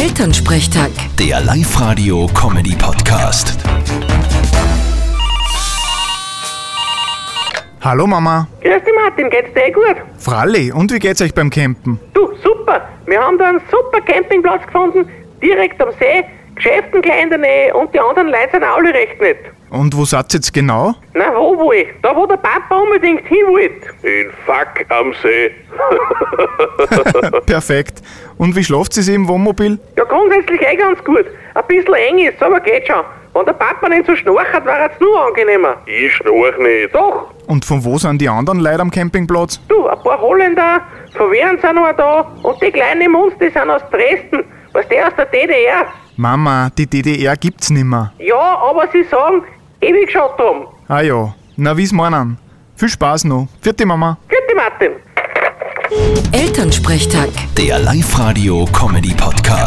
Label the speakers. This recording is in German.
Speaker 1: Elternsprechtag.
Speaker 2: Der Live-Radio-Comedy-Podcast.
Speaker 3: Hallo Mama.
Speaker 4: Grüß dich Martin, geht's dir eh gut?
Speaker 3: Fralli, und wie geht's euch beim Campen?
Speaker 4: Du, super! Wir haben da einen super Campingplatz gefunden, direkt am See, Geschäften gleich in der Nähe und die anderen Leute sind auch alle recht nett.
Speaker 3: Und wo seid ihr jetzt genau?
Speaker 4: Na, wo wohl? Da, wo der Papa unbedingt hin wollte.
Speaker 5: In Fuck am See.
Speaker 3: Perfekt. Und wie schlaft ihr im Wohnmobil?
Speaker 4: Ja, grundsätzlich eh ganz gut. Ein bisschen eng ist, aber geht schon. Wenn der Papa nicht so schnarchert, wäre es nur angenehmer.
Speaker 5: Ich schnorch nicht.
Speaker 4: Doch,
Speaker 3: Und von wo sind die anderen Leute am Campingplatz?
Speaker 4: du, ein paar Holländer, von Wien sind noch da und die kleinen Munds, die sind aus Dresden, was der aus der DDR.
Speaker 3: Mama, die DDR gibt's nimmer.
Speaker 4: Ja, aber sie sagen, ewig schon drum.
Speaker 3: Ah ja, na wie's meinen? Viel Spaß noch. Vierte Mama.
Speaker 4: Gute Martin.
Speaker 1: Elternsprechtag.
Speaker 2: Der Live-Radio-Comedy-Podcast.